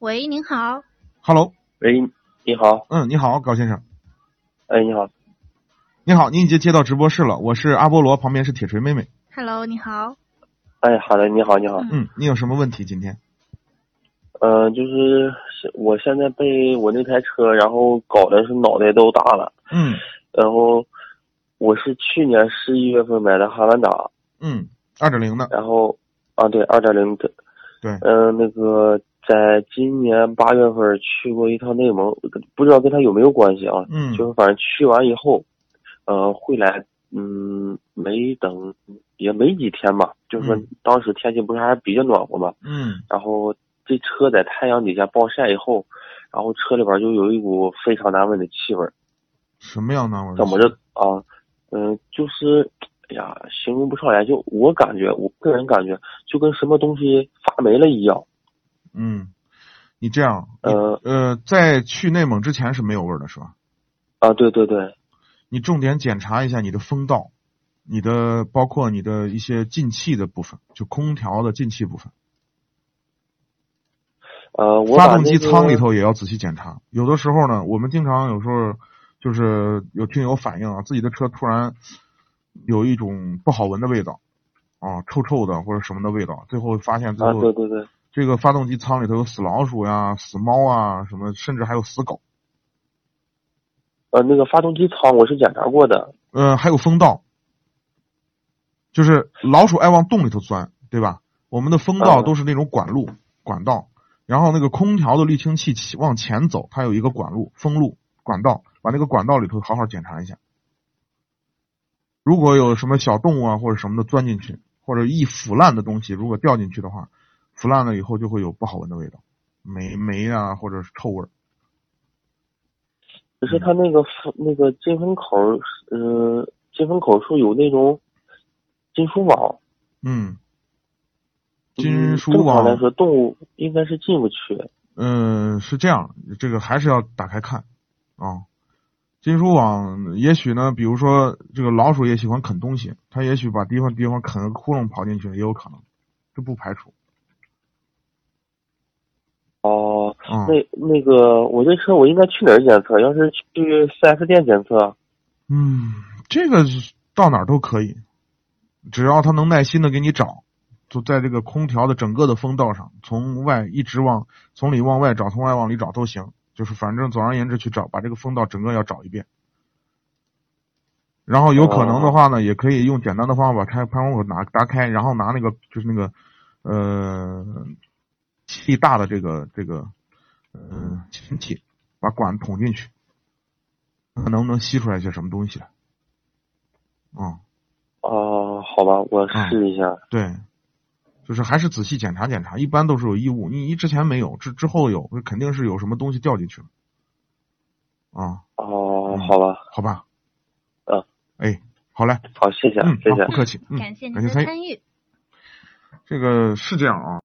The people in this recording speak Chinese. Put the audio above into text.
喂，您好， Hello，喂，你好，嗯，你好，高先生，哎，你好，你好，您已经接到直播室了，我是阿波罗，旁边是铁锤妹妹， ，Hello，你好，哎，好的，你好，你好，嗯嗯，你有什么问题？今天呃，就是是我现在被我那台车，然后搞的是脑袋都大了，嗯然后我是去年十一月份买的汉兰达，嗯，二点零的，然后啊，对，二点零的，对嗯、那个在今年八月份去过一趟内蒙，不知道跟他有没有关系啊，嗯就是反正去完以后，呃，回来，嗯，没等也没几天吧，就是说嗯当时天气不是还比较暖和嘛，嗯然后这车在太阳底下暴晒以后，然后车里边就有一股非常难闻的气味儿，什么样呢？我怎么着啊？嗯、就是，哎呀，形容不上来，就我感觉，我个人感觉就跟什么东西发霉了一样。嗯，你这样，你呃呃，在去内蒙之前是没有味儿的，是吧？啊，对对对，你重点检查一下你的风道，你的包括你的一些进气的部分，就空调的进气部分，呃，我把发动机那个舱里，头也要仔细检查。有的时候呢，我们经常有时候就是有听友反映啊，自己的车突然有一种不好闻的味道，啊，臭臭的或者什么的味道，最后发现最啊，后对对对，这个发动机舱里头有死老鼠呀、死猫啊，什么甚至还有死狗，呃，那个发动机舱我是检查过的，呃，还有风道，就是老鼠爱往洞里头钻，对吧？我们的风道嗯都是那种管路、管道，然后那个空调的滤清器起往前走，它有一个管路、风路、管道，把那个管道里头好好检查一下。如果有什么小动物啊或者什么的钻进去，或者易腐烂的东西如果掉进去的话，腐烂了以后就会有不好闻的味道，霉霉啊或者是臭味儿。只是嗯它那个风那个进风口儿，呃，进风口处有那种金属网，嗯，嗯金属正常网来说动物应该是进不去。嗯，是这样，这个还是要打开看啊。金属网也许呢，比如说这个老鼠也喜欢啃东西，它也许把地方地方啃个窟窿跑进去也有可能，这不排除哦，啊。那那个，我这车我应该去哪儿检测？要是去四 S 店检测，嗯，这个是到哪儿都可以，只要他能耐心的给你找，就在这个空调的整个的风道上，从外一直往从里往外找，从外往里找都行，就是反正总而言之去找，把这个风道整个要找一遍。然后有可能的话呢，也可以用简单的方法把开排风口拿打开，然后拿那个就是那个呃气大的这个这个呃氢气，把管捅进去，看能不能吸出来些什么东西来。嗯，哦、好吧，我哎试一下。对，就是还是仔细检查检查，一般都是有异物，你你之前没有，之之后有，肯定是有什么东西掉进去了。啊、哦、嗯好吧，好吧。嗯。哎，好嘞，好，谢谢，啊嗯，谢好谢不。客气，嗯，感谢您感谢的参与。参与。这个是这样啊。